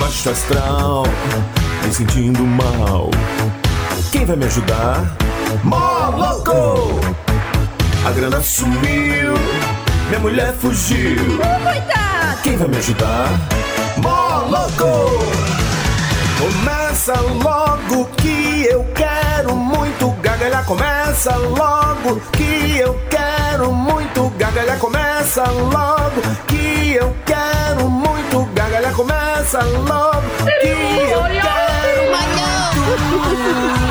baixa um astral, me sentindo mal. Quem vai me ajudar? Moloco! A grana sumiu, minha mulher fugiu. Coitado! Quem vai me ajudar? Moloco! Começa logo que eu quero muito gargalhar. Começa logo que eu quero muito gargalhar. Começa logo que eu quero muito gargalhar. Começa logo que eu quero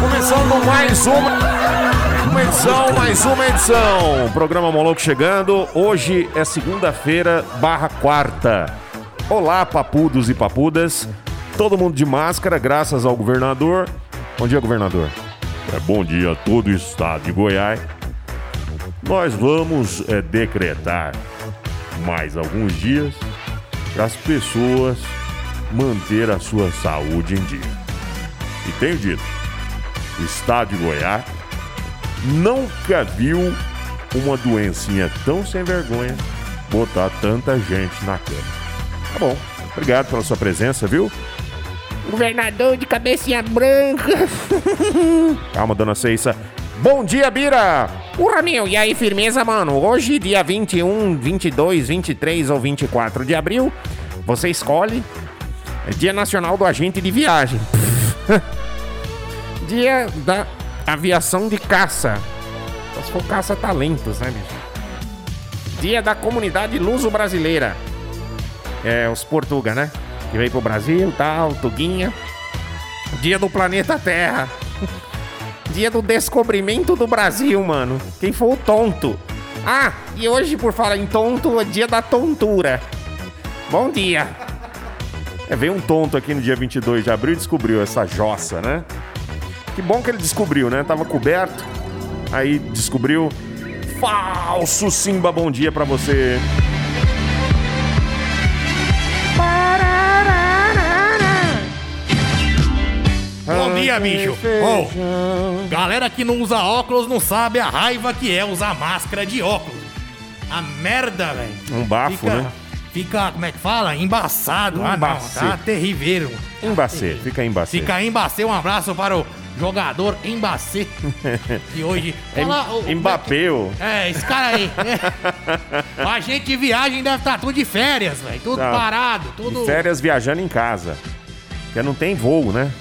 Começando mais uma, uma edição, mais uma edição. Programa Moloco chegando. Hoje é segunda-feira, barra quarta. Olá, papudos e papudas. Todo mundo de máscara, graças ao governador. Bom dia, governador. É, bom dia a todo o estado de Goiás. Nós vamos é, decretar mais alguns dias para as pessoas manter a sua saúde em dia. E tenho dito, o estado de Goiás nunca viu uma doencinha tão sem vergonha botar tanta gente na cama. Tá bom, obrigado pela sua presença, viu? Governador de cabecinha branca. Calma, dona Ceissa. Bom dia, Bira! Porra, meu, e aí, firmeza, mano? Hoje, dia 21, 22, 23 ou 24 de abril, você escolhe. É Dia Nacional do Agente de Viagem. dia da Aviação de Caça. Só se for caça-talentos, né, bicho? Dia da Comunidade Luso-Brasileira. É, os Portuga, né? Que veio pro Brasil, tal, Tuguinha. Dia do Planeta Terra. Dia do descobrimento do Brasil, mano. Quem foi o tonto? Ah, e hoje, por falar em tonto, é dia da tontura. Bom dia. É, veio um tonto aqui no dia 22 de abril e descobriu essa jossa, né? Que bom que ele descobriu, né? Tava coberto, aí descobriu. Falso Simba, bom dia pra você. Bom dia, bicho. Oh, galera que não usa óculos não sabe a raiva que é usar máscara de óculos. A merda, velho. Um bafo, fica, né? Um Fica, como é que fala? Embaçado. Ah, não, Embacê. É. tá terrível. Embacê, fica embacê. Fica aí, Embacê. Um abraço para o jogador Embacê. que hoje... É Fala, ô, Embapeu. É, esse cara aí. É. A gente de viagem deve estar tudo de férias, velho. Tudo Tá. parado, tudo... De férias viajando em casa. Porque não tem voo, né?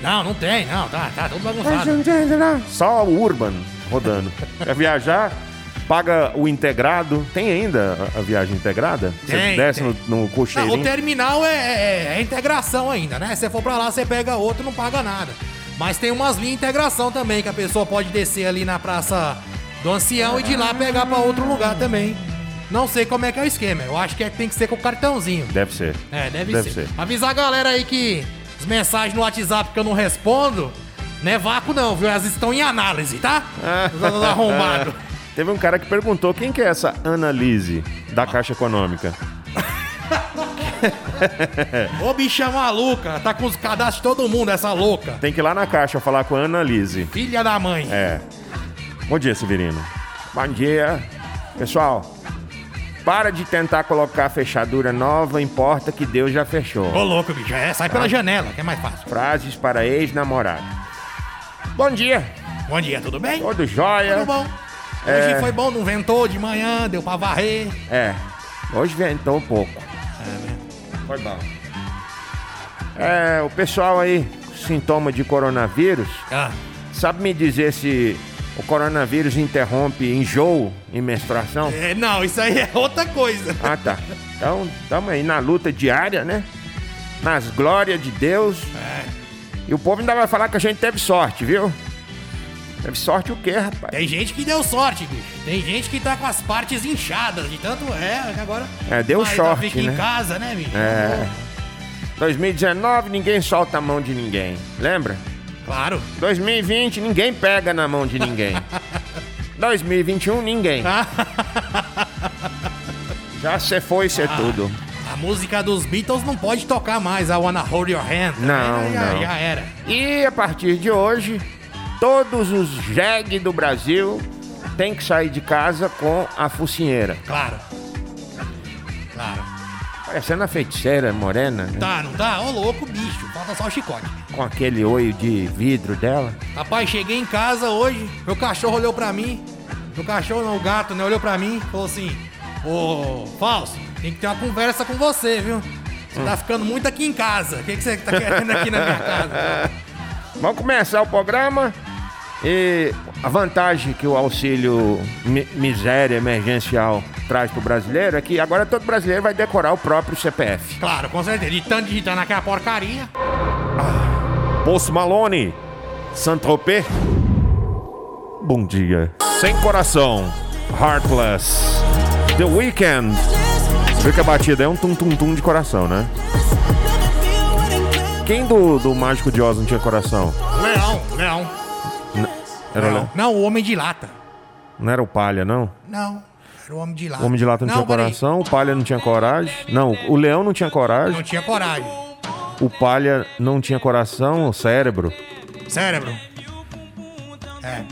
Não, não tem, não. Tá, tá tudo bagunçado. Só o Urban rodando. Quer viajar? Paga o integrado. Tem ainda a- a viagem integrada? Você Tem, desce tem. no, no Não, cocheirinho. o terminal é, é- é integração ainda, né? Você for pra lá, você pega outro, não paga nada. Mas tem umas linhas de integração também, que a pessoa pode descer ali na Praça do Ancião e de lá pegar pra outro lugar também. Não sei como é que é o esquema. Eu acho que é- tem que ser com o cartãozinho. Deve ser. É, deve, Deve ser. ser. Avisar a galera aí que as mensagens no WhatsApp que eu não respondo, não é vácuo não, viu? Elas estão em análise, tá? Os arrombados. Teve um cara que perguntou quem que é essa Analise da Caixa Econômica. Ô bicha maluca, tá com os cadastros de todo mundo, essa louca. Tem que ir lá na Caixa falar com a Analise. Filha da mãe. É. Bom dia, Severino. Bom dia. Pessoal, para de tentar colocar fechadura nova, importa que Deus já fechou. Ô louco, bicho. É, sai Ah. pela janela, que é mais fácil. Frases para ex-namorado. Bom dia. Bom dia, tudo bem? Todo jóia. Tudo bom? Hoje foi bom, não ventou de manhã, deu pra varrer. É. Hoje ventou um pouco. É, né? Foi bom. É, o pessoal aí, sintoma de coronavírus, Ah, sabe me dizer se o coronavírus interrompe enjoo e menstruação? é, não, isso aí é outra coisa. Ah, tá. Então, estamos aí na luta diária, né? Nas glórias de Deus. É. E o povo ainda vai falar que a gente teve sorte, viu? Teve sorte o quê, rapaz? Tem gente que deu sorte, bicho. Tem gente que tá com as partes inchadas de tanto é, que agora. É, deu Mas sorte, Fica né? em casa, né, bicho? É. 2019, ninguém solta a mão de ninguém. Lembra? Claro. 2020, ninguém pega na mão de ninguém. 2021, ninguém. Já você foi ser Ah. tudo. A música dos Beatles não pode tocar mais, a Wanna Hold Your Hand. Não, Aí já, não. já era. E a partir de hoje, todos os jegue do Brasil têm que sair de casa com a focinheira. Claro. Claro. Parecendo a feiticeira morena, né? Tá, não tá? Ô louco, bicho. Falta só o chicote. com aquele olho de vidro dela. Rapaz, cheguei em casa hoje, meu cachorro olhou pra mim. Meu cachorro não, o gato, né? Olhou pra mim e falou assim: Ô, Falso, tem que ter uma conversa com você, viu? Você tá ficando muito aqui em casa. O que, que você tá querendo aqui na minha casa? Vamos começar o programa. E a vantagem que o auxílio mi- miséria emergencial traz pro brasileiro é que agora todo brasileiro vai decorar o próprio CPF. Claro, com certeza. De tanto digitando aquela porcaria. Poço Malone, Saint-Tropez. Bom dia. Sem coração, Heartless. The Weeknd. Viu que a batida é um tum-tum-tum de coração, né? Quem do, do Mágico de Oz não tinha coração? Leão, leão. Era, leão. Não, o homem de lata. Não era o Palha, não? Não, era o homem de lata. O Homem de Lata não, tinha peraí. coração, o Palha não tinha coragem. Não, o Leão não tinha coragem, Não tinha coragem. o Palha não tinha coração, o cérebro. Cérebro.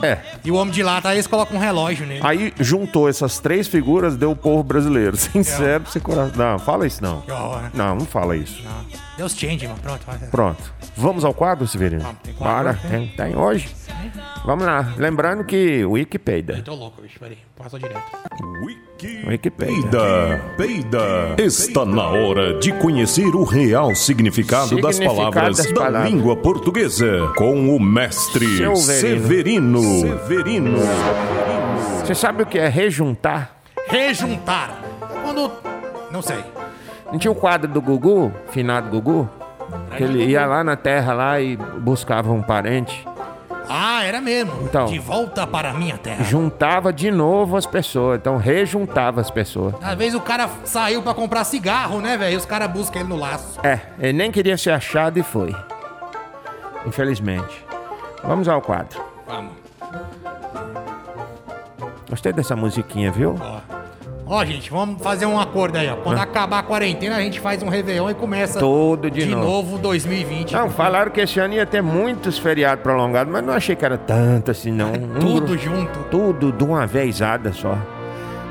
É. É, E o homem de lata, aí eles colocam um relógio nele. Aí juntou essas três figuras, deu o povo brasileiro. Sincero, sem coração. Não, fala isso não. Que horror, né? Não, não fala isso. Ah, Deus change, mano. Pronto, vai. Pronto. Vamos ao quadro, Severino? Vamos, tem Para, quadro, tem, tem hoje. Vamos lá. Lembrando que Wikipedia. Tô louco, bicho. Peraí, passou direto. Wikipedia. Peida, peida. Está na hora de conhecer o real significado, das Significado palavras das da palavras. língua portuguesa com o mestre Seu Verino. Severino. Severino. Você sabe o que é rejuntar? Rejuntar. Quando. Não sei. Não tinha o quadro do Gugu, finado Gugu? Que ele ia lá na terra lá e buscava um parente. Ah, era mesmo. Então. De volta para a minha terra. Juntava de novo as pessoas. Então rejuntava as pessoas. Às vezes o cara saiu pra comprar cigarro, né, velho? E Os caras buscam ele no laço. É, ele nem queria ser achado e foi. Infelizmente. Vamos ao quadro. Vamos. Gostei dessa musiquinha, viu? Ó. Ó, gente, vamos fazer um acordo aí, ó. Quando acabar a quarentena, a gente faz um Réveillon e começa. Todo de novo. 2020. Não, falaram que esse ano ia ter muitos feriados prolongados, mas não achei que era tanto assim, não. Um É Tudo gru- junto. Tudo de uma vezada só.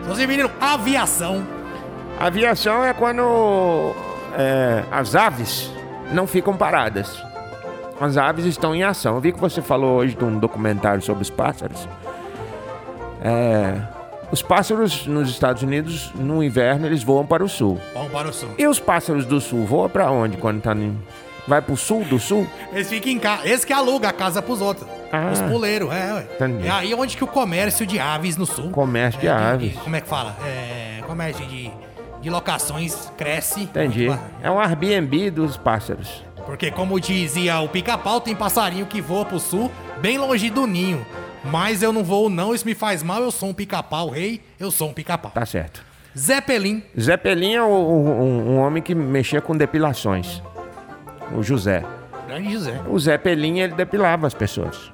Vocês viram aviação. Aviação é quando é, as aves não ficam paradas. As aves estão em ação. Eu vi que você falou hoje de um documentário sobre os pássaros. É, os pássaros nos Estados Unidos, no inverno, eles voam para o sul. Vamos para o sul. E os pássaros do sul voam para onde quando tá no... Vai para o sul do sul? Eles ficam em casa. Esse que aluga a casa pros outros. Ah. Os puleiros, é, ué. Entendi. É aí onde que o comércio de aves no sul. Comércio de É, aves. Como é que fala? É, comércio de, de locações cresce. Entendi. É um Airbnb dos pássaros. Porque, como dizia o pica-pau, tem passarinho que voa pro sul, bem longe do ninho. Mas eu não vou, não, isso me faz mal, eu sou um pica-pau rei, eu sou um pica-pau. Tá certo. Zeppelin, Zé Pelinha é um, um- um homem que mexia com depilações. O José. grande José. O Zé Pelinha, ele depilava as pessoas.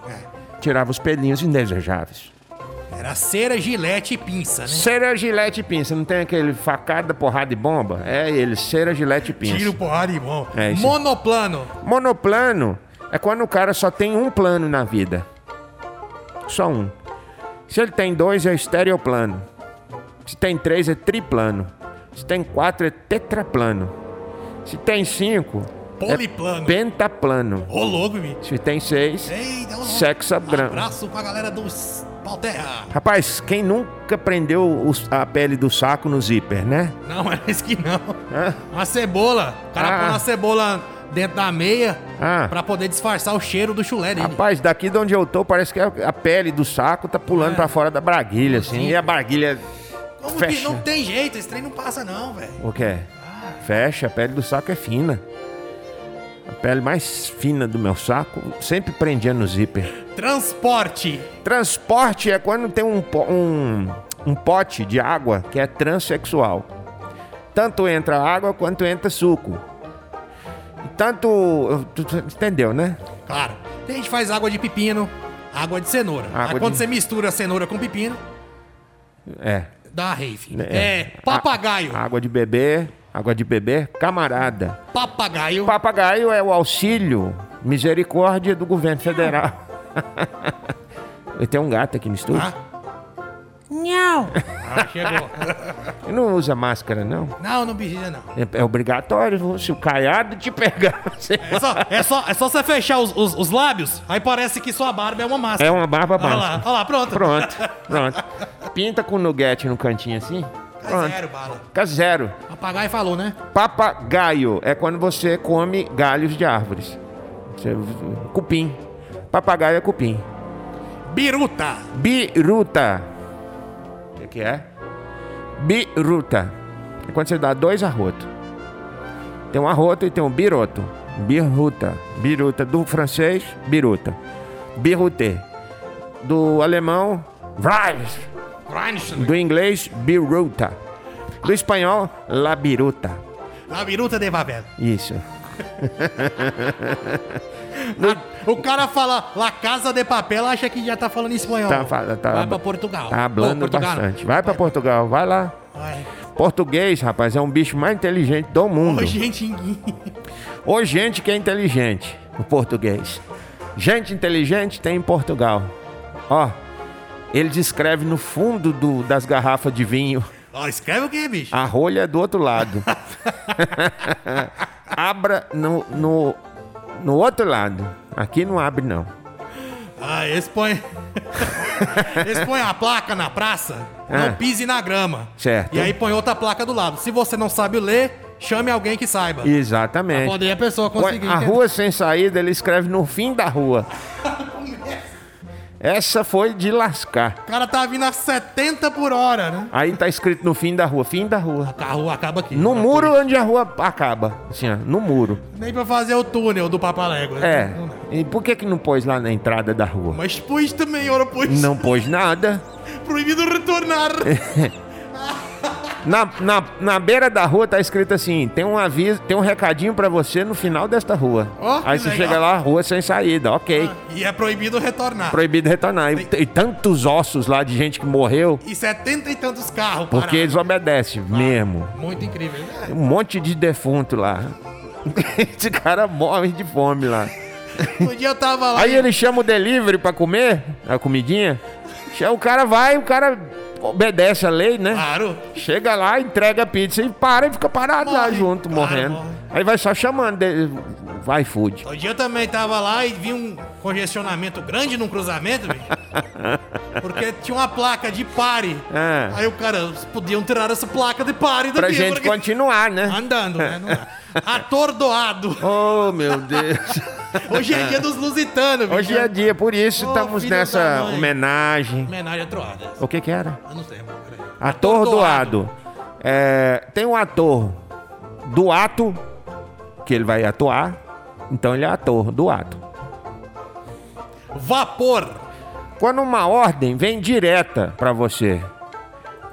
Tirava os pelinhos indesejáveis. É, Era cera, gilete e pinça, né? Cera, gilete e pinça. Não tem aquele facada, porrada e bomba? É ele, cera, gilete e pinça. Tiro, porrada e bom. É isso. Monoplano, Monoplano é quando o cara só tem um plano na vida. Só um. Se ele tem dois, é estereoplano. Se tem três, é triplano. Se tem quatro, é tetraplano. Se tem cinco, é poliplano. pentaplano. Ô, louco, bicho. Se tem seis, Eita, um sexabrano. abraço pra galera dos Palterra. Rapaz, quem nunca prendeu os- a pele do saco no zíper, né? Não, é isso que não. Hã? Uma cebola. O cara Ah. põe uma cebola dentro da meia Ah. pra poder disfarçar o cheiro do chulé dele. Rapaz, daqui de onde eu tô, parece que a a pele do saco tá É. pulando pra fora da braguilha, assim. E a braguilha Como que fecha. não tem jeito? Esse trem não passa, não, velho. O que é? Fecha, a pele do saco é fina. A pele mais fina do meu saco sempre prendia no zíper. Transporte. Transporte é quando tem um, po- um, um pote de água que é transexual. Tanto entra água quanto entra suco. E Tanto. tu- tu- Entendeu, né? Claro. Tem gente que faz água de pepino, água de cenoura. Água Aí quando de- você mistura cenoura com pepino, É. dá rave. É. Ah, É, papagaio. A- água de bebê, água de bebê, camarada. Papagaio. Papagaio é o auxílio misericórdia do governo federal. Eu tenho um gato aqui no estúdio. Ah. Não. Ah, chegou. E Não usa máscara, não. não, não precisa, não. É, é obrigatório. Se o caiado te pegar, você É só, é só, é só você fechar os, os- os lábios, aí parece que sua barba é uma máscara. É uma barba Olha básica. lá, olha lá, pronto. Pronto, pronto. Pinta com nuguete no cantinho assim. Tá zero, bala. Fica zero. Papagaio falou, né? Papagaio é quando você come galhos de árvores. Você- Cupim. Papagaio é cupim. Biruta. Biruta. O que, que é? Biruta. É quando você dá dois arrotos. Tem um arroto e tem um biroto. Biruta. Biruta do francês, biruta. Birute. Do alemão, vrais. Do inglês, biruta. Do espanhol, la biruta. Na biruta de Babel. Isso. O cara fala La Casa de Papel, acha que já tá falando em espanhol. Tá, fa- tá- Vai pra Portugal. Tá hablando Ô, Portugal. bastante. Vai pra Portugal, vai lá. Vai. Português, rapaz, é um bicho mais inteligente do mundo. Ô, Hoje, gente. gente que é inteligente, o português. Gente inteligente tem em Portugal. Ó, eles escrevem no fundo do- das garrafas de vinho. Ó, escreve o quê, bicho? A rolha é do outro lado. Abra no, no, no outro lado. Aqui não abre, não. Ah, esse põe... esse põe a placa na praça, Ah. não pise na grama. Certo. E aí põe outra placa do lado. Se você não sabe ler, chame alguém que saiba. Exatamente. Poder a pessoa Ué, conseguir. A entender. rua sem saída, ele escreve no fim da rua. Essa foi de lascar. O cara tá vindo a 70 por hora, né? Aí tá escrito no fim da rua, fim da rua. A rua acaba aqui. No muro onde a rua acaba. Assim, ó, no muro. Nem pra fazer o túnel do Papalégua. É. Não dá. E por que que não pôs lá na entrada da rua? Mas pus também, ora pus. Não pôs nada. Proibido retornar. Na, na, na beira da rua tá escrito assim: tem um aviso, tem um recadinho pra você no final desta rua. Ó, Aí que você legal. chega lá, rua sem saída, ok. e é proibido retornar. Proibido retornar. E, e tantos ossos lá de gente que morreu, E setenta e tantos carros porque eles parados. obedecem mesmo. Muito incrível. Tem um monte de defunto lá. Esse cara morre de fome lá. Um dia eu tava lá. Aí ele chama o delivery pra comer a comidinha. Che- O cara vai, o cara obedece a lei, né? Claro. Chega lá, entrega a pizza e para e fica parado lá Morre. junto, Claro, morrendo. morre. Aí vai só chamando de... vai food. Um dia eu também tava lá e vi um congestionamento grande num cruzamento, bicho. Porque tinha uma placa de pare. Ah. Aí o cara, eles podiam tirar essa placa de pare daqui. Pra gente porque- continuar, né? Andando, né? Não dá. Atordoado. Oh, meu Deus. Hoje é dia dos lusitanos, bicho. Hoje é dia, por isso Ô, estamos filho da nessa mãe. homenagem. Homenagem à troada. O que que era? Eu não sei, mano. peraí. Ator Atordoado. doado. É, tem um ator do ato, que ele vai atuar, então ele é ator do ato. Vapor. Quando uma ordem vem direta pra você,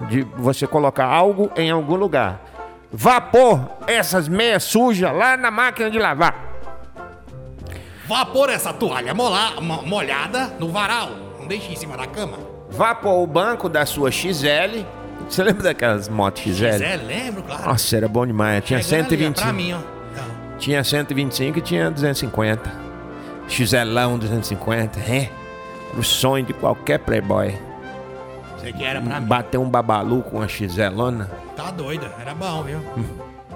de você colocar algo em algum lugar, vapor essas meias sujas lá na máquina de lavar. Vapor essa toalha mola- mo- molhada no varal. Não deixe em cima da cama. Vapor o banco da sua XL. Você lembra daquelas motos XL? Zé, é, lembro, claro. Nossa, era bom demais. Tinha Chegando ali, ó, 125. Pra mim, ó. Não. Tinha 125 e tinha 250. Xelão 250, é. Era O sonho de qualquer playboy. Você que era pra mim. Bater um babalu com uma xelona. Tá doido. Era bom, viu?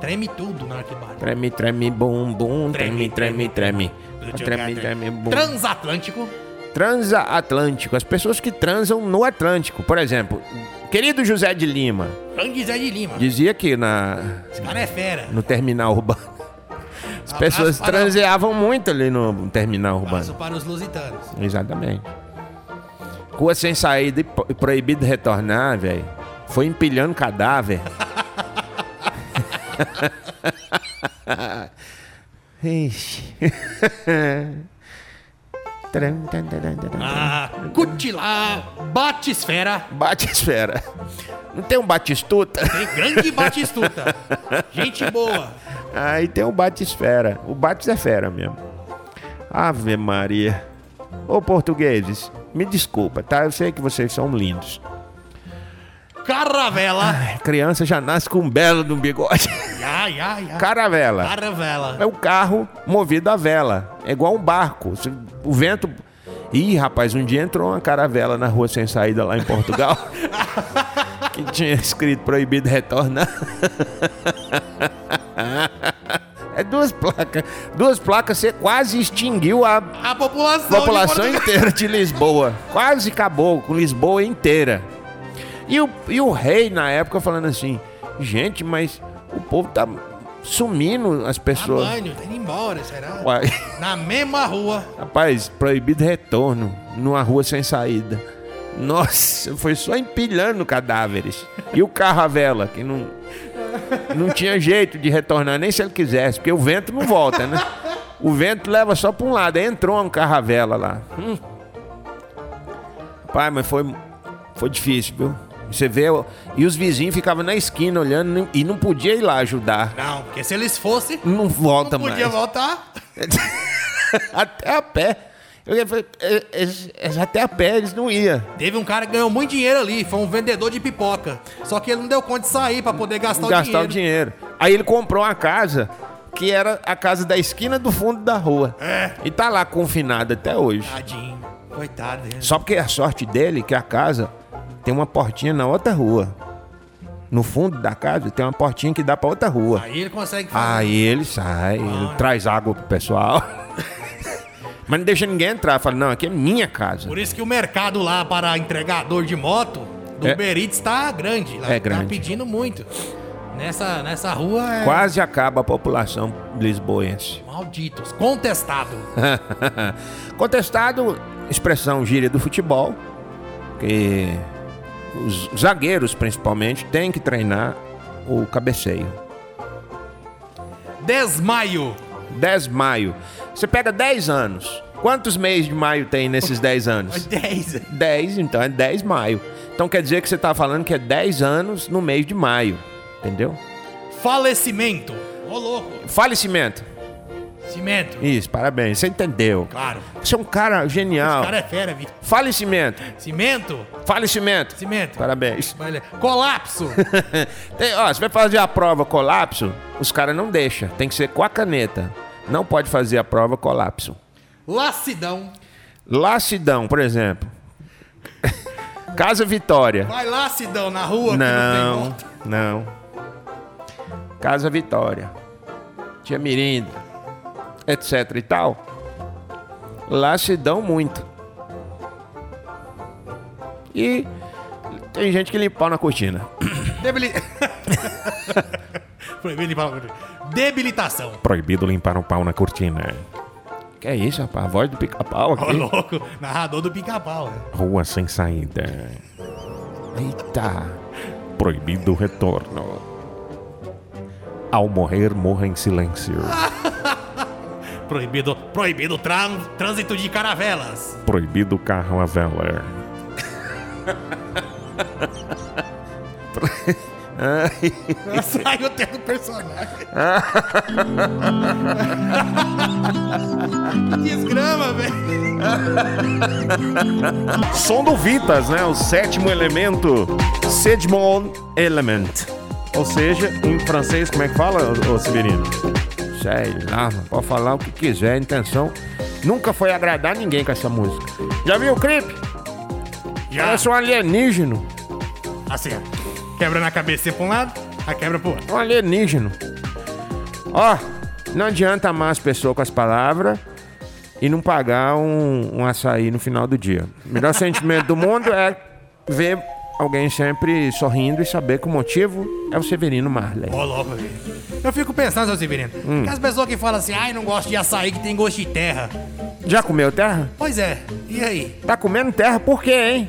Treme tudo na hora que bate. Treme, treme, bum, bum. Treme, treme, treme. Treme, treme, bum. Transatlântico. Transatlântico. As pessoas que transam no Atlântico. Por exemplo, querido José de Lima. Grande Zé de Lima. Dizia que na, Esse cara é fera. no terminal urbano. As pessoas para- transeavam muito ali no terminal urbano. Passo para os lusitanos. Exatamente. Rua sem saída e po- e proibido retornar, velho. Foi empilhando cadáver. Ixi. Tran, tan, tan, tan, tan, tan. Ah, cutilar. Batisfera. Bate esfera. Não tem um batistuta? Tem grande batistuta. Gente boa. Aí tem o bate-esfera. O bate é fera mesmo. Ave Maria. Ô portugueses, me desculpa, tá? Eu sei que vocês são lindos. Caravela. Criança já nasce com um belo no bigode. Ai, ai, ai. Caravela. Caravela. É um carro movido a vela. É igual um barco. Se O vento Ih, rapaz, um dia entrou uma caravela na rua sem saída lá em Portugal. que tinha escrito proibido retornar. É duas placas. Duas placas, você quase extinguiu a A população. de população Portugal- inteira de Lisboa. um Quase acabou com Lisboa inteira. E o, e o rei, na época, falando assim: gente, mas o povo tá sumindo as Ah, pessoas. banho, tá indo embora, será? Uai, Na mesma rua. rapaz, proibido retorno numa rua sem saída. Nossa, foi só empilhando cadáveres. E o carro à vela, que não, não tinha jeito de retornar, nem se ele quisesse, porque o vento não volta, né? O vento leva só para um lado. Aí entrou um carro à vela lá. Hum. Pai, mas foi, foi difícil, viu? Você vê, ó, e os vizinhos ficavam na esquina olhando nem- e não podia ir lá ajudar. Não, porque se eles fossem, Não volta não podia mais. voltar. até a pé. Eu falei, "Eh, eles- eles até a pé eles não iam. Teve um cara que ganhou muito dinheiro ali, foi um vendedor de pipoca. Só que ele não deu conta de sair pra poder gastar, Tá o, gastar dinheiro. o dinheiro. Aí ele comprou uma casa que era a casa da esquina do fundo da rua. É. E tá lá confinada até hoje. Tadinho. Coitado dele. Só porque a sorte dele é que a casa tem uma portinha na outra rua. No fundo da casa tem uma portinha que dá pra outra rua. Aí ele consegue fazer. Aí ele sai, ele traz água pro pessoal. Mas não deixa ninguém entrar. Fala, não, aqui é minha casa. Por isso que o mercado lá para entregador de moto do É. Uber Eats tá grande. Lá É Tá grande. pedindo muito. Nessa, nessa rua é Quase acaba a população lisboense. malditos, contestado. Contestado, expressão gíria do futebol, que os zagueiros principalmente têm que treinar o cabeceio. Desmaio. 10 de maio. Você pega 10 anos. Quantos meses de maio tem nesses 10 anos? 10. 10, então é 10 de maio. Então quer dizer que você está falando que é 10 anos no mês de maio. Entendeu? Falecimento. Ô louco. Falecimento. Cimento. Isso, parabéns. Você entendeu. Claro. Você é um cara O genial. cara é fera, viu? Falecimento. Cimento. Falecimento. Cimento. Parabéns. Olha, Colapso. Tem- ó, você vai fazer a prova colapso, os caras não deixam. Tem que ser com a caneta. Não pode fazer a prova colapso. Lacidão. Lacidão, por exemplo. Casa Vitória. Vai lacidão na rua. que tem Não, volta. não. Casa Vitória. Tia Mirinda. Etc e tal. Lacidão muito. E tem gente que limpa pau na cortina. Debili... Proibido de falar- Debilitação. Proibido limpar um pau na cortina. Que é isso, rapaz? A voz do pica-pau Ô aqui. louco. Narrador do pica-pau. né? Rua sem saída. Eita. Proibido retorno. Ao morrer, morra em silêncio. Proibido, proibido tran- trânsito de caravelas. Proibido carro a vela. Saiu até do um personagem. Desgrama, velho. Som do Vitas, né? O sétimo elemento. Sedmon Element. Ou seja, em francês, como é que fala, ô, ô Severino? Sei lá, mano. pode falar o que quiser, a intenção. Nunca foi agradar ninguém com essa música. Já viu o clipe? Já, Parece um alienígeno. assim, ó. quebra na cabeça pra um lado, a quebra pro outro. Um alienígeno. Ó, não adianta amar as pessoas com as palavras e não pagar um, um açaí no final do dia. O melhor sentimento do mundo é ver alguém sempre sorrindo e saber que o motivo é o Severino Marley. Ô, louco, velho. Eu fico pensando, seu Severino, que as pessoas que falam assim, ai, não gosto de açaí que tem gosto de terra. Já comeu terra? Pois é, e aí? Tá comendo terra por quê, hein?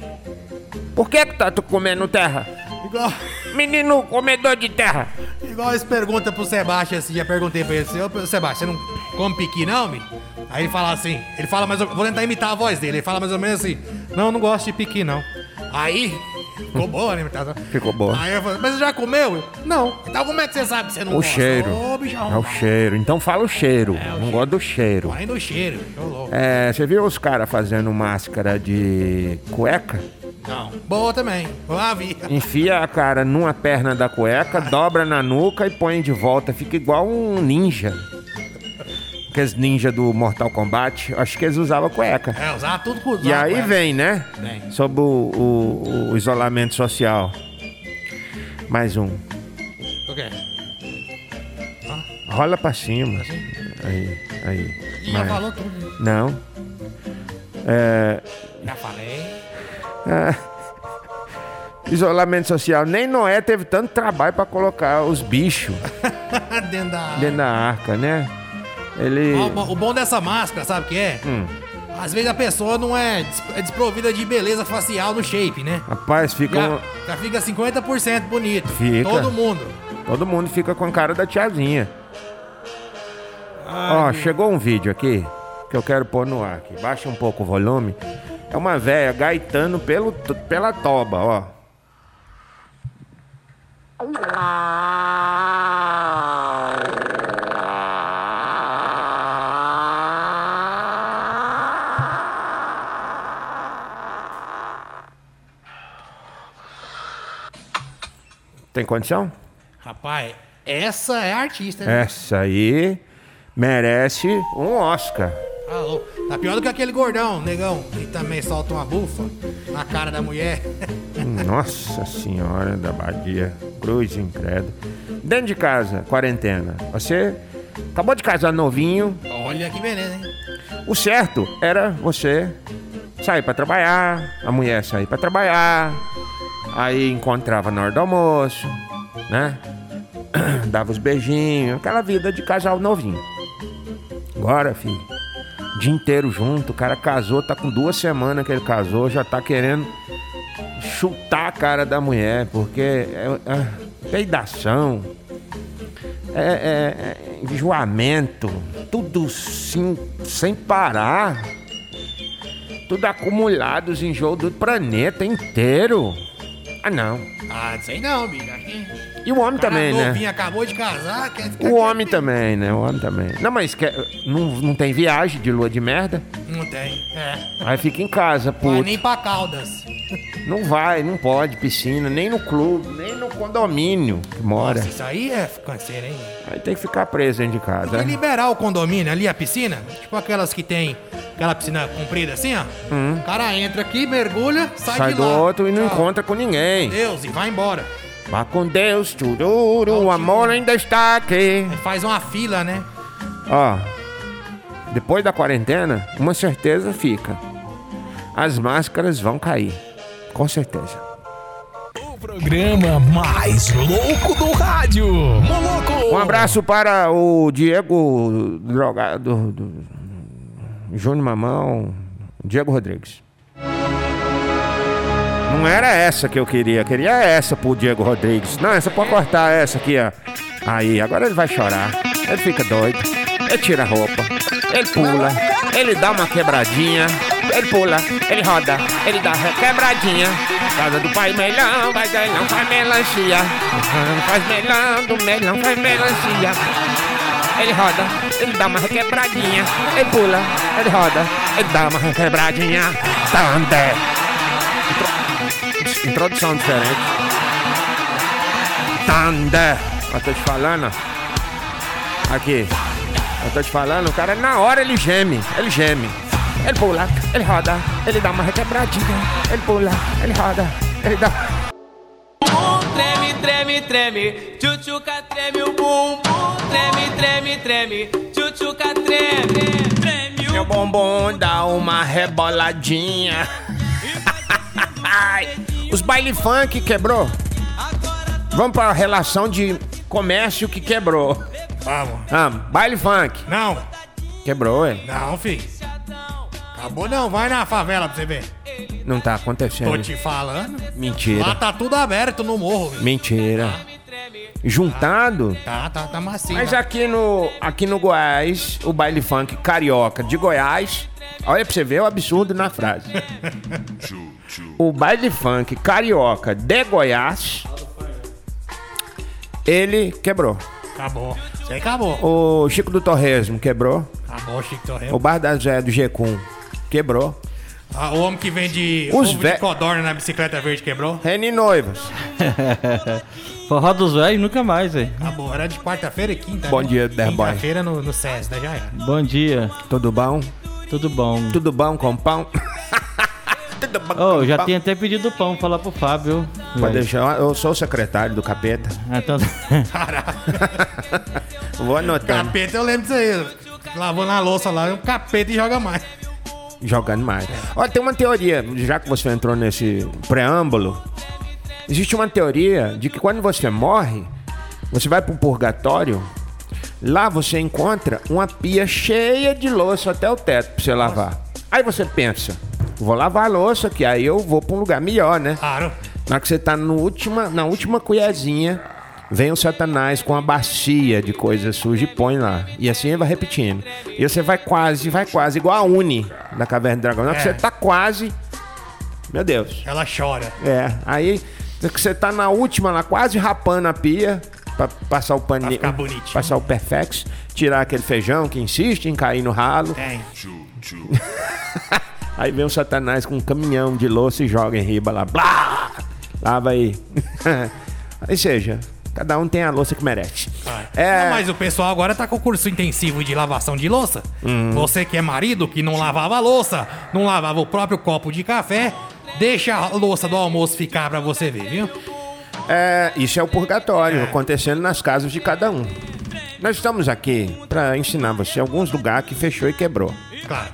Por que que tá tu comendo terra? Igual, Menino comedor de terra. igual eles perguntam pro Sebastião, assim, já perguntei pra ele assim, ô, Sebastião, você não come piqui não, me? Aí ele fala assim, ele fala mais ou vou tentar imitar a voz dele, ele fala mais ou menos assim, não, não gosto de piqui não. Aí, ficou Hum. boa né, a imitação. Ficou boa. Aí eu falo, mas você já comeu? Eu, não. Então como é que você sabe que você não O gosta? cheiro. Ô, bichão. É É o cheiro. Então fala o cheiro. Não gosto do cheiro. Ainda o cheiro, ô louco. É, você viu os caras fazendo máscara de cueca? Não. Boa também, lá vi. Enfia a cara numa perna da cueca, dobra na nuca e põe de volta. Fica igual um ninja. aqueles ninja do Mortal Kombat, acho que eles usavam cueca. É, usava tudo com E aí com- vem, né? Vem. Sobre o, o- o isolamento social. Mais um. O quê? Rola pra cima. Assim? Aí, aí. Ih, Já Mais. falou tudo. Não. Já falei. Isolamento social. Nem Noé teve tanto trabalho pra colocar os bichos Dentro da... dentro da arca, né? Ele. Ó, o bom- O bom dessa máscara, sabe o que é? Hum. Às vezes a pessoa não é, des- é desprovida de beleza facial no shape, né? Rapaz, fica. Já, um- já fica 50% bonito. Fica. Todo mundo. Todo mundo fica com a cara da tiazinha. Ó, chegou um vídeo aqui que eu quero pôr no ar. Aqui. Baixa um pouco o volume. É uma véia gaitando pelo, t- pela toba, ó. Tem condição? Rapaz, essa é a artista, né? Essa aí merece um Oscar. Alô. Tá pior do que aquele gordão, negão, que também solta uma bufa na cara da mulher. Nossa Senhora da Badia, cruz incrédula. Dentro de casa, quarentena. Você acabou de casar novinho. Olha que beleza, hein? O certo era você sair pra trabalhar, a mulher sair pra trabalhar, aí encontrava na hora do almoço, né? Dava os beijinhos, aquela vida de casal novinho. Agora, filho, dia inteiro junto, o cara casou, tá com duas semanas que ele casou, já tá querendo chutar a cara da mulher, porque é, é peidação, é, é, é enjoamento, tudo sim, sem parar, tudo acumulado, os enjoos do planeta inteiro. Ah, não. Ah, não sei não, bicho. Acho que E o homem cara também, né? novinho acabou de casar, quer ficar O quieto. homem também, né? O homem também. Não, mas quer- não, não tem viagem de lua de merda? Não tem. É. Aí fica em casa, Vai puto. nem pra Caldas. Não vai, não pode, piscina, nem no clube, nem no condomínio que mora. Nossa, isso aí é canseiro, hein? Aí tem que ficar preso dentro de casa. Tem que né? liberar o condomínio ali, a piscina, tipo aquelas que tem aquela piscina comprida assim, ó. O cara entra aqui, mergulha, sai, Hum. Sai de do lá. outro e não Tchau. encontra com ninguém. Deus, e vai embora. Vá com Deus, tururu, o amor ainda está aqui. Aí Faz uma fila, né? Ó, depois da quarentena, uma certeza fica. As máscaras vão cair. Com certeza. Programa mais louco do rádio. Moloco. Um abraço para o Diego Drogado. do- Júnior Mamão. Diego Rodrigues. Não era essa que eu queria. Queria essa pro Diego Rodrigues. Não, essa pode cortar, essa aqui, ó. Aí, agora ele vai chorar. Ele fica doido. Ele tira a roupa. Ele pula. Ele dá uma quebradinha. Ele pula. Ele roda. Ele dá uma quebradinha. Casa do pai melão, vai melão, faz melancia. Aham, Faz melão, do melão, faz melancia. Ele roda, ele dá uma requebradinha. Ele pula, ele roda, ele dá uma Tá, requebradinha. Thunder. Intro- Introdução diferente. Thunder. Eu tô te falando. ó. Aqui. Eu tô te falando, o cara na hora ele geme. Ele geme. Ele pula, ele roda, ele dá uma requebradinha. Ele pula, ele roda, ele dá. Treme, treme, treme, tchutchuca treme o bumbum. Treme, treme, treme, tchutchuca treme. Treme o Meu bombom dá uma reboladinha. Os baile funk quebrou. Vamos pra relação de comércio que quebrou. Vamos. Ah, baile funk. Não, Quebrou, ué. não, filho. Acabou não, vai na favela pra você ver. Não tá Tô acontecendo. te falando. Lá Mentira. tá tudo aberto no morro. viu? Mentira. Juntado? Tá, tá, tá macio. Mas né? aqui no, aqui no Goiás, o baile funk carioca de Goiás. Olha pra você ver o absurdo na frase. o baile funk carioca de Goiás. Ele quebrou. Acabou. Isso aí acabou. O Chico do Torresmo quebrou. Acabou, Chico O Torrento. Bar da Zé do G1 quebrou. Ah, o homem que vende Os ovo ve- de codorna na bicicleta verde quebrou. Reni Noivas. Forró dos velhos nunca mais, velho. Acabou, era de quarta-feira e quinta. né? Bom dia, Derboy. Quinta-feira no, no SESI, né? Já era. Bom dia, Tudo bom? tudo bom? Tudo bom com pão? Tudo bom Oh, com já pão? tinha até pedido pão, falar pro Fábio. Pode velho. deixar, eu sou o secretário do capeta. Ah, então- Vou anotando. Capeta, eu lembro disso aí. Lavando a louça lá, é um capeta e joga mais. Jogando mais. Olha, tem uma teoria, já que você entrou nesse preâmbulo, existe uma teoria de que quando você morre, você vai pro purgatório, lá você encontra uma pia cheia de louça até o teto pra você lavar. Aí você pensa, vou lavar a louça, que aí eu vou pra um lugar melhor, né? Claro. Na hora que você tá no última, na última colherzinha, vem o Satanás com uma bacia de coisa suja e põe lá. E assim ele vai repetindo. E você vai quase, vai quase, igual a Uni da Caverna do Dragão. Na hora É. que você tá quase. Meu Deus. Ela chora. É. Aí, na hora que você tá na última lá, quase rapando a pia. Pra passar o paninho. ficar bonitinho. Passar o perfex. Tirar aquele feijão que insiste em cair no ralo. Tem. Aí vem o Satanás com um caminhão de louça e joga em riba lá. Blá! Lava aí. Ou seja, cada um tem a louça que merece. É. É, mas o pessoal agora tá com o curso intensivo de lavação de louça. Hum. Você que é marido, que não lavava a louça, não lavava o próprio copo de café, deixa a louça do almoço ficar pra você ver, viu? é, isso é o purgatório, acontecendo nas casas de cada um. Nós estamos aqui para ensinar você alguns lugares que fechou e quebrou. Claro.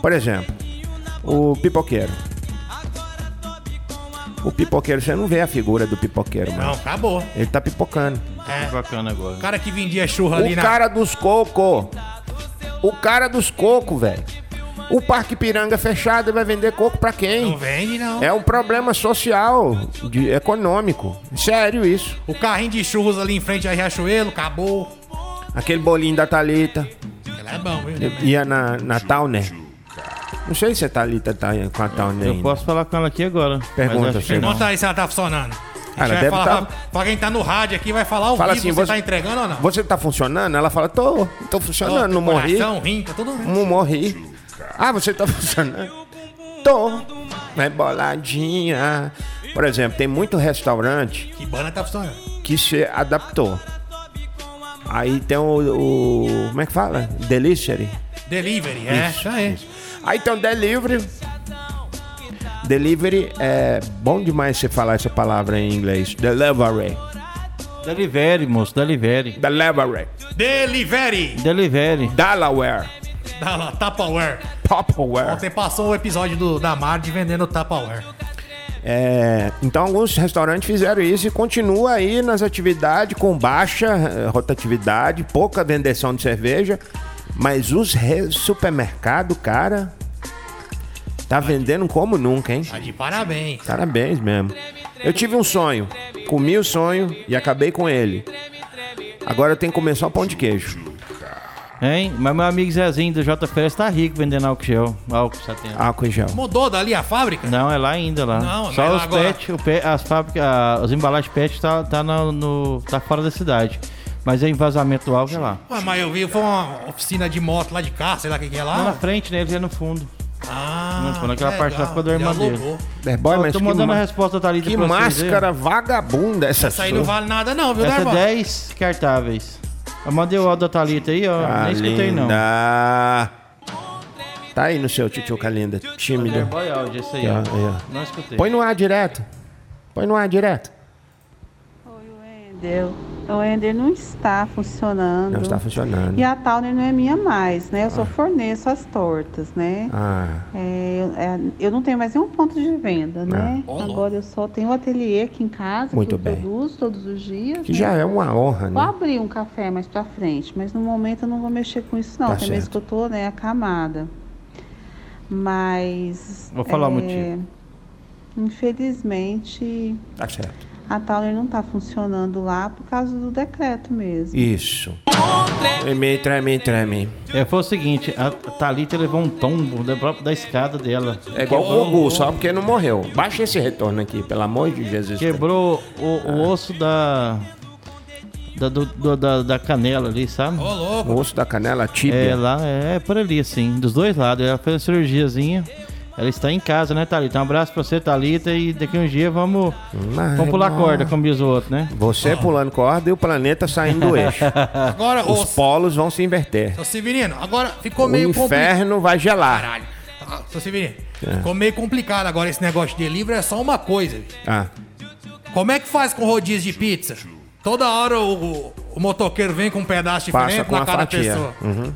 Por exemplo, o pipoqueiro. O pipoqueiro, você não vê a figura do pipoqueiro, Não, mano. acabou. Ele tá pipocando. É. Bacana agora. O cara que vendia churro ali O na. cara dos coco. O cara dos coco, velho. O Parque Piranga é fechado vai vender coco pra Não quem? vende, não. É um problema social, de- econômico. Sério isso. O carrinho de churros ali em frente a Riachuelo, acabou. Aquele bolinho da Thalita. Ela é bom, viu? Ia na, na Towner. Não sei se a Thalita tá com a Towner Eu ainda. posso falar com ela aqui agora. mas Pergunta, acho que chega. não. Pergunta aí se ela tá funcionando. Ah, A ela gente vai deve falar, tá- pra, pra quem tá no rádio aqui, vai falar o Fala vivo, assim, você, você tá entregando ou não? Você tá funcionando? Ela fala, tô, tô Ó, funcionando, não morri. coração, rim, tá tudo bem. Não morri. Ah, você tá funcionando? Tô. Mas boladinha. Por exemplo, tem muito restaurante Que banda tá funcionando. que se adaptou. Aí tem o, o- Como é que fala? Delivery. Delivery, é. Isso aí. Aí tem o delivery. Delivery é bom demais você falar essa palavra em inglês. Delivery. Delivery, moço, delivery. Delivery. Delivery! Delivery. Delaware. Da lá, Tupperware. Popware. Ontem passou o episódio do, da Mardi vendendo Tupperware. É, então alguns restaurantes fizeram isso e continua aí nas atividades com baixa eh, rotatividade, pouca vendeção de cerveja, mas os re- supermercado, cara, tá vendendo como nunca, hein? Tá de parabéns. Parabéns mesmo. Eu tive um sonho, comi o sonho e acabei com ele. Agora eu tenho que comer só pão de queijo. Hein? Mas meu amigo Zezinho do J Férias tá rico vendendo álcool gel. Álcool 70. Álcool e gel. Mudou dali a fábrica? Não, é lá ainda, lá. Não, não Só é lá os agora. pet, o pe- as fábricas, a- as embalagens pet tá, tá, na- no, tá fora da cidade. Mas é envasamento do álcool é lá. Ué, mas eu vi, foi uma oficina de moto lá de carro, sei lá o que, que é Lá na lá. frente, né? Eles é no fundo. Ah, Não, foi naquela legal. parte lá ficou da irmã Ele dele. alugou. Derboy, Eu É mas tô que, mandando ma- a resposta tá ali que máscara vagabunda essa Isso aí não sua. vale nada não, viu, né, Essa é Darbola? 10 cartáveis. Eu mandei o áudio da Thalita aí, ó. Ah, nem escutei, não. linda. Tá aí no seu tchutchuca linda, tímido. Boy áudio, esse aí, ó. Ah, é. Não escutei. Põe no ar direto. Põe no ar direto. Oi, Wender. O Wender não está funcionando. Não está funcionando. E a Towner não é minha mais, né? Eu só forneço as tortas, né? Ah, É, eu, é, eu não tenho mais nenhum ponto de venda, né? Agora eu só tenho o ateliê aqui em casa Ah. Muito que eu bem. produzo todos os dias. que né? já é uma honra, Vou né? abrir um café mais pra frente, mas no momento eu não vou mexer com isso, não. Tá Até mesmo que eu tô, né, acamada. Mas. Vou falar o é, motivo. Infelizmente, Tá certo. a Towner não tá funcionando lá por causa do decreto mesmo. Isso. Treme, treme, treme. É, foi o seguinte, a Thalita levou um tombo da, própria- da escada dela. É igual o Gugu, só porque não morreu. Baixa esse retorno aqui, pelo amor de Jesus. Quebrou o, o osso da. Da, do- do- da, da canela ali, sabe? Ô, louco. O osso da canela, É, tíbia. lá é por ali, assim, dos dois lados. Ela fez uma cirurgiazinha Ela está em casa, né, Thalita? Um abraço pra você, Thalita, e daqui um dia vamos, vamos pular corda, como diz o outro, né? Você pulando corda e o planeta saindo do eixo. Agora, ô, Os polos vão se inverter. seu Severino, agora ficou O meio complicado. inferno vai gelar. Caralho. Ah, seu Severino, É. ficou meio complicado agora esse negócio de delivery, é só uma coisa. bicho. Ah, Como é que faz com rodízio de pizza? Toda hora o, o- o motoqueiro vem com um pedaço Passa diferente com pra a cada fatia. pessoa.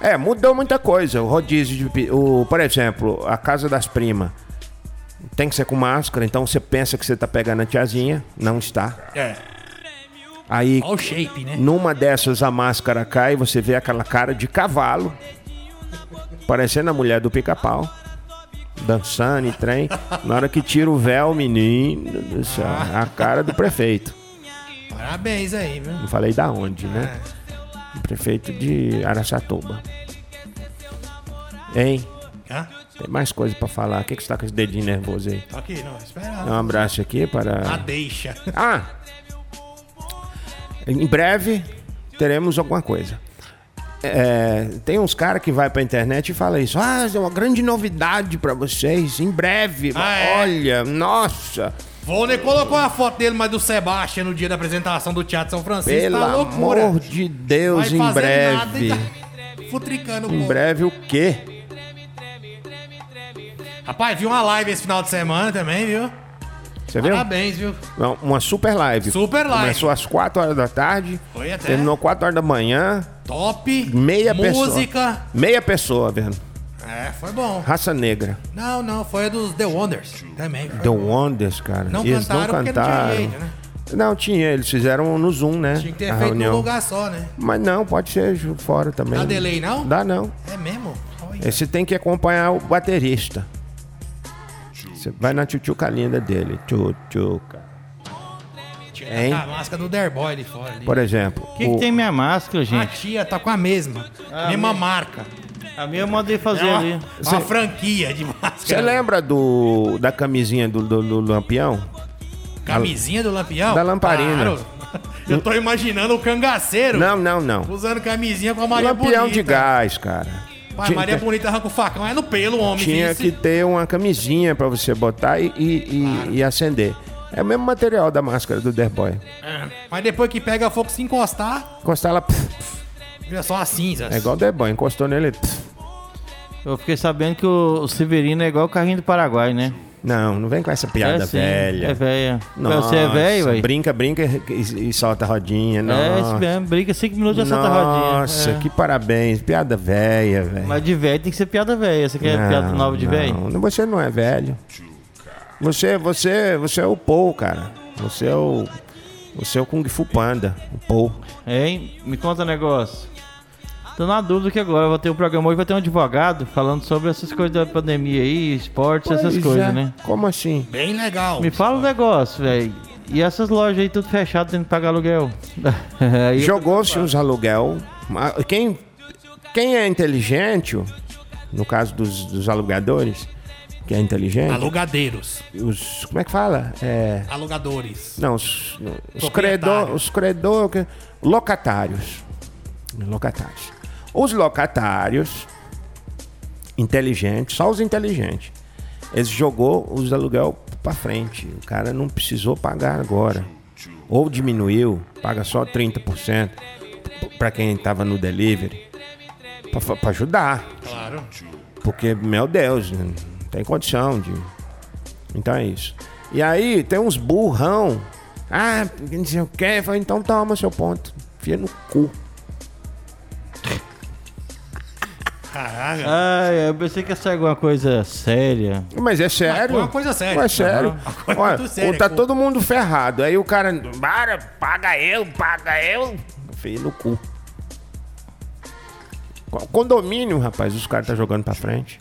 É, mudou muita coisa. O rodízio de. pi- O, por exemplo, a casa das primas. Tem que ser com máscara, então você pensa que você tá pegando a tiazinha, não está. É, Aí, olha o shape, né? numa dessas, a máscara cai e você vê aquela cara de cavalo, parecendo a mulher do pica-pau, dançando e trem. Na hora que tira o véu, menino do céu, a cara do prefeito. Parabéns aí, viu? Não falei da onde, né? O prefeito de Araçatuba. Hein? Hã? Tem mais coisa pra falar. O que, que você tá com esse dedinho nervoso aí? Tá aqui, não, Dá espera. Um abraço aqui Ah, para. deixa. Ah! Em breve teremos alguma coisa. É, tem uns caras que vai pra internet e fala isso. Ah, é uma grande novidade pra vocês. Em breve. Ah, é? Olha, nossa. Volney colocou a foto dele, mas do Sebastião no dia da apresentação do Teatro São Francisco. Pelo tá loucura. amor de Deus, em breve. e tá futricando o Em povo. breve o quê? Rapaz, vi uma live esse final de semana também, viu? Você viu? Parabéns, viu? Não, Uma super live. Super live. Começou às 4 horas da tarde. Foi até. Terminou 4 horas da manhã. Top. Meia pessoa. Música. Meia pessoa vendo. É, foi bom. Raça Negra. Não, não, foi a dos The Wonders também. foi The bom. Wonders, cara. Não eles cantaram não porque não tinha cantaram. jeito, né? Não, tinha. Eles fizeram no Zoom, né? Tinha que ter A feito reunião. num lugar só, né? Mas não, pode ser ju- fora também. Dá delay, não? Dá não. É mesmo? Olha. É, Você tem que acompanhar o baterista. Você vai na tchutchuca linda dele. Tchutchuca. Hein? Tá a máscara do Derboy ali fora. Ali. Por exemplo. O que, que tem minha máscara, A gente? tia tá com a mesma. mesma marca. Ah, A minha eu mandei É fazer uma, ali. uma franquia de máscara. Você lembra do, da camisinha do, do, do Lampião? Camisinha do Lampião? Da lamparina. Eu tô imaginando o cangaceiro Não, não, não. usando camisinha com a Maria Lampião é Bonita. de gás, cara. Pai, Tinha- Maria Bonita arranca o facão. É no pelo, homem. Tinha vice. que ter uma camisinha pra você botar e, e, e- e acender. É o mesmo material da máscara do Derboy. É. Mas depois que pega fogo, se encostar, Encostar ela, pf, pf, vira só as cinzas. é igual o Derboy. Encostou nele, pf. Eu fiquei sabendo que o o Severino é igual o carrinho do Paraguai, né? Não, não vem com essa É piada sim, velha. É velha. Pra Nossa, Você é velho, velho? Brinca, brinca e, e solta a rodinha. É, esse Nossa, mesmo. Briga 5 minutos já solta a rodinha. Nossa É. que parabéns. Piada velha, velho. Mas de velho tem que ser piada velha. Você quer piada nova de não, velho? não, Você não é velho. Você, você, você é o Paul, cara. Você é o. Você é o Kung Fu Panda, o Paul. Hein? Me conta um negócio. Tô na dúvida que agora vai ter um programa hoje, vai ter um advogado falando sobre essas coisas da pandemia aí, esportes, essas Pois coisas, é. né? Como assim? Bem legal. Me fala um negócio, velho. E essas lojas aí tudo fechado tendo que pagar aluguel. Aí eu- Jogou-se os aluguel. Ma- Quem, quem é inteligente, no caso dos, dos alugadores, que é inteligente, Alugadeiros. os. Como é que fala? É, Alugadores. não, os, os Proprietário. credor, os credor, que- locatários. Locatários. Os locatários inteligentes, só os inteligentes. Eles jogou os aluguel pra frente. O cara não precisou pagar agora. Ou diminuiu, paga só 30% p- pra quem tava no delivery. Pra, fa- pra ajudar. Claro. Porque, meu Deus, né? não tem condição de. Então é isso. E aí tem uns burrão. Ah, não sei o quê. Eu falei, então toma seu ponto. Fia no cu. Caralho. Ai, eu pensei que ia ser alguma coisa séria. Mas é sério. Mas é uma coisa séria. É sério. Uhum. Uma coisa Olha, muito séria, tá cu. todo mundo ferrado. Aí o cara. Para, paga eu, paga eu. Fia no cu. Co- Condomínio, rapaz, os caras tá jogando pra frente.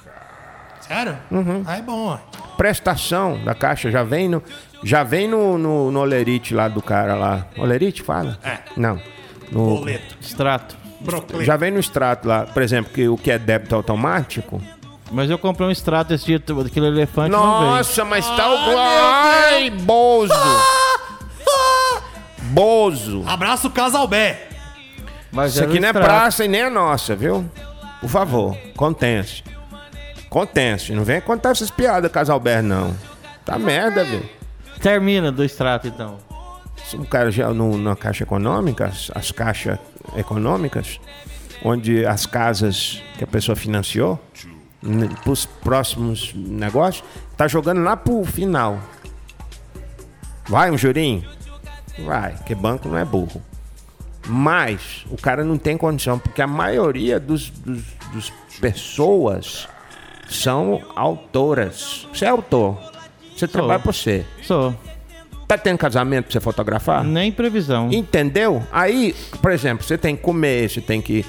Sério? Uhum. Aí é bom, ó. Prestação da caixa já vem no. Já vem no, no, no olerite lá do cara lá. Olerite, fala? É. Não. No, Boleto. Extrato. Brocleto. Já vem no extrato lá, por exemplo, que o que é débito automático. Mas eu comprei um extrato esse dia, tu- aquele elefante não veio. Nossa, mas tá o. Ai, Bozo! Bozo! Abraço Casalbé. Mas Isso era aqui um não é extrato. praça e nem é nossa, viu? Por favor, contenha-se. Acontece. Não vem contar essas piadas, Casalberto, não. Tá merda, velho. Termina do extrato, então. Se um cara já no, na caixa econômica, as- as caixas econômicas, onde as casas que a pessoa financiou, para os próximos negócios, tá jogando lá pro final. Vai um jurinho? Vai, que banco não é burro. Mas o cara não tem condição, porque a maioria dos, dos, dos pessoas são autoras. Você é autor. Você trabalha pra você. Só. Tá tendo casamento pra você fotografar? Nem previsão. Entendeu? Aí, por exemplo, você tem que comer, você tem que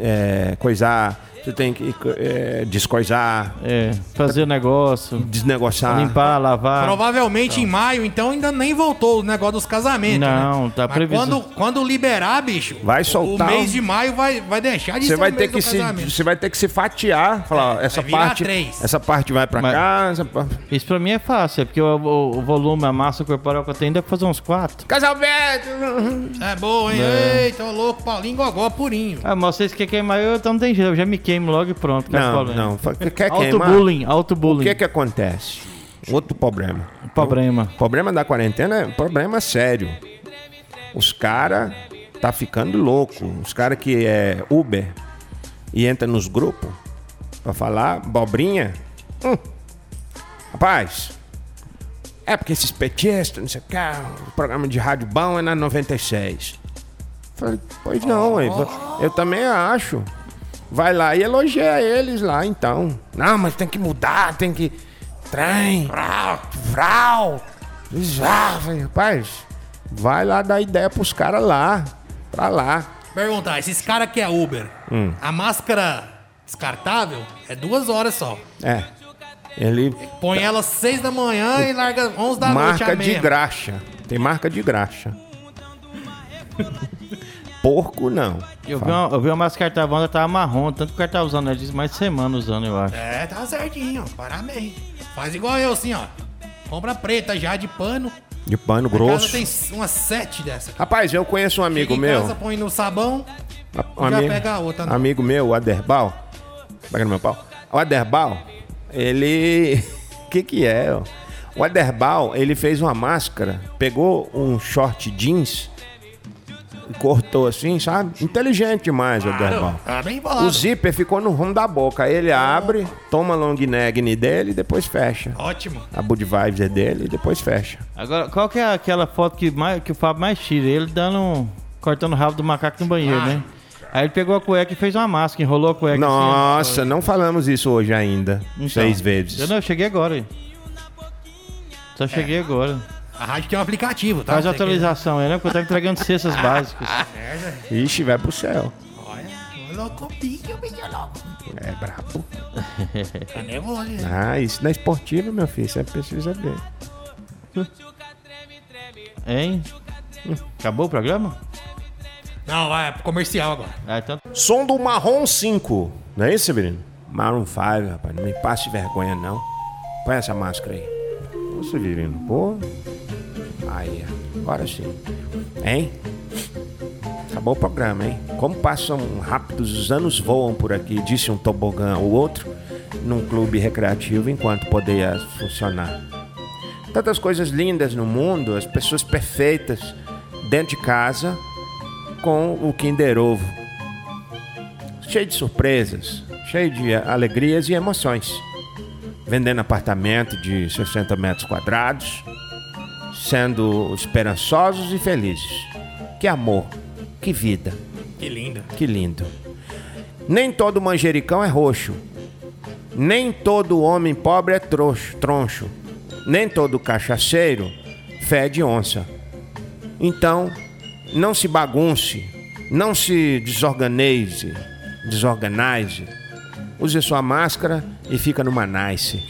é, coisar, você tem que é, descoisar, É, fazer o negócio, desnegociar. limpar, lavar. Provavelmente em maio, então, ainda nem voltou o negócio dos casamentos. Não, né? tá Mas previsto. Quando, quando liberar, bicho, Vai o- soltar O mês um- de maio vai, vai deixar de Você ser vai é o ter mês que do se, casamento. É, você vai ter que se fatiar, falar essa virar parte, três. essa parte vai pra Mas- cá, essa parte. Isso pra mim é fácil, é porque o, o- o volume, a massa corporal que eu tenho dá pra fazer uns quatro. É boa, hein? Eita, ô louco, Paulinho Gogó purinho. Ah, mas vocês querem queimar eu, então não tem jeito, eu já me queimo logo e pronto. acaba o Não, problema. não, fa- quer queimar. Auto-bullying, O que auto-bullying. que acontece? Outro problema. Problema. Problema da quarentena é um problema sério. Os caras tá ficando louco. Os caras que é Uber e entra nos grupos pra falar bobrinha. Hum. Rapaz, é porque esses petistas, não sei o que, o programa de rádio bom é na 96. Falei, pois não, eu, eu também acho. Vai lá e elogia eles lá, então. Não, mas tem que mudar, tem que... Trem, vrau, vrau. Já, falei, rapaz, vai lá dar ideia pros caras lá, pra lá. Perguntar, esses caras que é Uber, Hum. a máscara descartável é duas horas só. É, ele Põe ela às seis da manhã e larga às onze da noite marca a de meia. graxa. Tem marca de graxa. Porco não. Eu vi, uma, eu vi uma máscara cartavão, tava marrom, tanto que o cara tava usando, ele disse mais de semana usando, eu acho. É, tá certinho, ó. parabéns. Faz igual eu, assim, ó. Compra preta já de pano. De pano Grosso. grosso. Casa tem umas sete dessa. Rapaz, eu conheço um amigo Chega em meu. Casa, põe no sabão. Um Já amigo, pega a outra, não. amigo meu, o Aderbal. Pega no meu pau. O Aderbal, ele. O que, que é? ó? O Aderbal, ele fez uma máscara, pegou um short jeans e cortou assim, sabe? Inteligente demais, o Aderbal. Tá bem O bolado. zíper ficou no rumo da boca. Aí Ele abre, toma a long neck dele e depois fecha. Ótimo. A Bud Vibes é dele e depois fecha. Agora, qual que é aquela foto que, mais, que o Fábio mais tira? Ele dando. um- cortando o rabo do macaco no banheiro, né? Aí ele pegou a cueca e fez uma máscara, enrolou a cueca. Nossa, não falamos isso hoje ainda. assim, Então. seis vezes. assim. Eu não, eu cheguei agora. aí. Só cheguei agora. A rádio tem um aplicativo, tá? Faz Você atualização aí, né? Porque eu tava entregando cestas básicas. Ixi, vai pro céu. que- Olha, loucopinho, menino louco. É brabo. Tá nervoso, né? Ah, isso não é esportivo, meu filho. Você precisa ver. Hein? Hum, Acabou o programa? Não, vai é pro comercial agora. Ah, então. Som do Marrom 5. Não é isso, Severino? Marrom 5, rapaz. Não me passe vergonha, não. Põe essa máscara aí. Ô, Severino, pô. Aí, agora sim. Hein? Acabou o programa, hein? Como passam rápidos, os anos voam por aqui, disse um tobogã ou outro, num clube recreativo enquanto poderia funcionar. Tantas coisas lindas no mundo, as pessoas perfeitas dentro de casa com o Kinder Ovo cheio de surpresas, cheio de alegrias e emoções. Vendendo apartamento de 60 metros quadrados, sendo esperançosos e felizes. Que amor, que vida, Que lindo. que lindo. Nem todo manjericão é roxo. Nem todo homem pobre é trouxo, troncho. Nem todo cachaceiro fede onça. Então, não se bagunce, não se desorganize, desorganize. Use sua máscara e fica numa nice.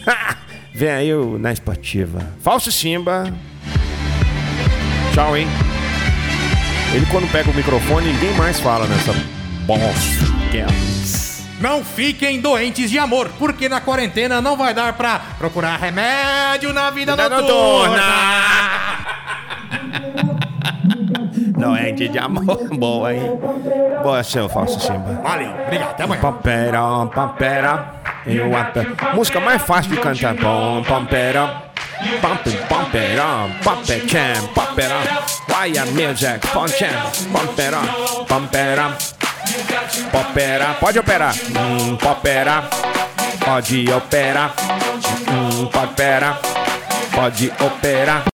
Vem aí o na esportiva. Falso Simba. Tchau, hein? Ele quando pega o microfone, ninguém mais fala nessa bosta. que é. Não fiquem doentes de amor, porque na quarentena não vai dar pra procurar remédio na vida Vida noturna. né? Não é de amor boa, hein? Boa, seu Falso Simba. Valeu, obrigado, até amanhã. Pampera, pampera. Eu até. Música mais fácil de cantar. Pom, pom, pera. Pom, pom, pom, pera. Pom, pe, cham, pom, pera. Wire music. Pom, cham. Pom, pera. Pom, pera. Pom, pera. Pode operar. Hum, pom, pera. Pode operar. Hum, pom, pera. Pode operar.